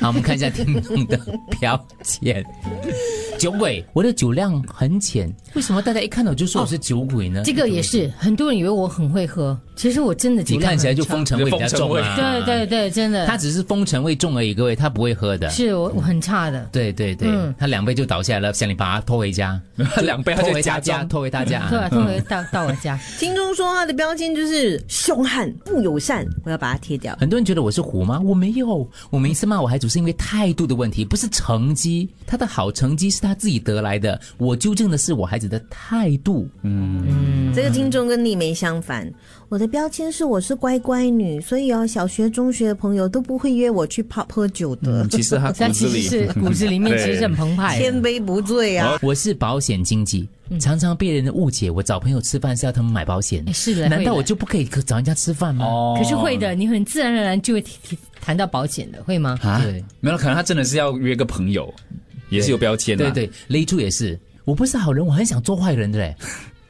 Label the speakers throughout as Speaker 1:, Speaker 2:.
Speaker 1: 好，我们看一下听众的标签。酒鬼，我的酒量很浅，为什么大家一看到就说我是酒鬼呢？
Speaker 2: 这个也是，很多人以为我很会喝，其实我真的酒
Speaker 1: 你
Speaker 2: 量
Speaker 1: 看起来就
Speaker 2: 很差
Speaker 1: 风尘味比较重啊。
Speaker 2: 对对对，真的，
Speaker 1: 他只是风尘味重而已，各位，他不会喝的。
Speaker 2: 是我我很差的。
Speaker 1: 对对对，
Speaker 2: 嗯
Speaker 1: 他两杯就倒下了，想你把他拖回 家，
Speaker 3: 两杯他
Speaker 1: 拖
Speaker 3: 就
Speaker 1: 回
Speaker 3: 加
Speaker 1: 他
Speaker 3: 加
Speaker 1: 家，，拖回他家。
Speaker 2: 对啊，通常到到我家，
Speaker 4: 听众说他的标签就是凶悍不友善，我要把它贴掉。
Speaker 1: 很多人觉得我是虎妈，我没有，我每一次骂我孩子是因为态度的问题，不是成绩。他的好成绩是他自己得来的，我纠正的是我孩子的态度。
Speaker 2: 嗯
Speaker 4: 这个听众跟丽梅相反，我的标签是我是乖乖女，所以哦，小学、中学的朋友都不会约我去 pub 喝酒的，
Speaker 3: 其实他
Speaker 2: 但
Speaker 3: 骨
Speaker 2: 其实
Speaker 3: 子里
Speaker 2: 是骨子里面
Speaker 3: 对
Speaker 2: 其实很澎湃的。
Speaker 4: 千杯不醉啊。
Speaker 1: 我是保险经纪，常常被人误解，我找朋友吃饭是要他们买保险
Speaker 2: 嗯哎，是的
Speaker 1: 难
Speaker 2: 会的
Speaker 1: 道我就不可以找人家吃饭吗？
Speaker 3: 哦
Speaker 2: 可是会的，你很自然而然就会提提谈到保险的，会吗？
Speaker 3: 啊
Speaker 1: 对，
Speaker 3: 没有，可能他真的是要约个朋友，也是有标签啊的。
Speaker 1: 对对，雷猪也是，我不是好人，我很想做坏人的嘞。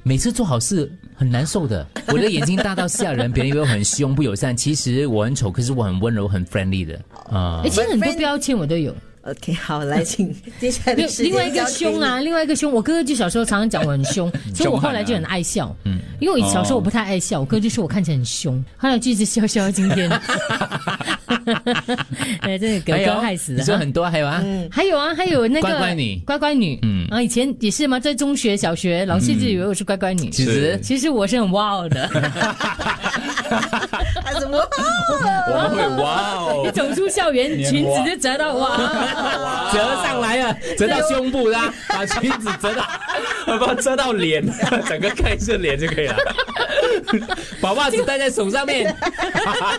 Speaker 1: 每次做好事很难受的，我的眼睛大到吓人，别人以为我很凶不友善，其实我很丑，可是我很温柔很 friendly 的啊、
Speaker 2: 哎，其实很多
Speaker 4: friend-
Speaker 2: 标签我都有。
Speaker 4: OK，好，来，请接下来
Speaker 2: 另
Speaker 4: 的时间
Speaker 2: 另外一个
Speaker 4: 交给
Speaker 2: 凶啊，另外一个凶。我哥哥就小时候常常讲我很凶，所以我
Speaker 3: 凶悍
Speaker 2: 后
Speaker 3: 啊
Speaker 2: 来就很爱笑。嗯，因为我小时候我不太爱笑，我哥就说我看起来很凶，后来就一直笑笑到今天。 哎，真的
Speaker 1: 还
Speaker 2: 给
Speaker 1: 有啊
Speaker 2: 我哥害死
Speaker 1: 你说
Speaker 2: 了哈。
Speaker 1: 很多还有啊，
Speaker 2: 还有啊，还有那个
Speaker 1: 乖乖女
Speaker 2: 乖乖女，
Speaker 1: 嗯
Speaker 2: 嗯，啊，以前也是嘛，在中学、小学，老师就以为我是乖乖女，
Speaker 1: 其实
Speaker 2: 其实我是很哇 哦的，
Speaker 4: 啊，怎么？
Speaker 3: 我们 会哇
Speaker 2: 一
Speaker 3: 哦，
Speaker 2: 走出校园，
Speaker 3: 你很
Speaker 2: 裙
Speaker 3: 哇
Speaker 2: 子就折到哇哦。
Speaker 1: 折上来了，折到胸部啦、把裙子折到。
Speaker 3: 我把它遮到脸， 整个盖着脸就可以了。
Speaker 1: 把袜子戴在手上 面，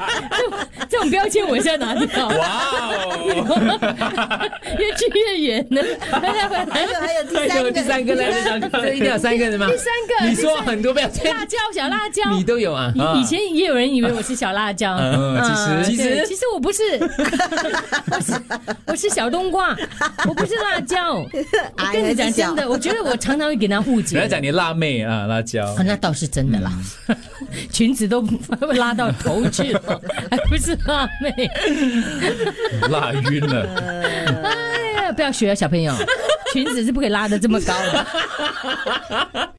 Speaker 2: 这种标签我现在拿 掉，
Speaker 3: 哇哦，
Speaker 2: 越去越远呢。
Speaker 4: 还有还有第
Speaker 1: 还
Speaker 4: 三
Speaker 1: 有
Speaker 4: 个，
Speaker 1: 第三个呢？第三个，一定要有三个的吗？
Speaker 2: 第三个
Speaker 1: 你
Speaker 2: 第
Speaker 1: 说
Speaker 2: 三
Speaker 1: 很多标签，
Speaker 2: 辣椒，小辣椒。
Speaker 1: 你都有啊？
Speaker 2: 以以前也有人以为我是小辣椒，
Speaker 3: 嗯
Speaker 2: 嗯
Speaker 1: 其实其
Speaker 2: 对
Speaker 1: 实
Speaker 2: 其实我 不是，我是我是小冬瓜，我不是辣 椒。我
Speaker 1: 哎
Speaker 2: 跟你讲真的，我觉得我常常会给他误
Speaker 3: 不
Speaker 2: 解。
Speaker 3: 要讲嗯你辣妹啊，辣椒。
Speaker 2: 啊，那倒是真的啦， 裙子都拉到头去 了，还不是辣妹？
Speaker 3: 辣晕了，
Speaker 1: 嗯
Speaker 2: 哎呀，不要学啊，小朋友，裙子是不可以拉的这么高的。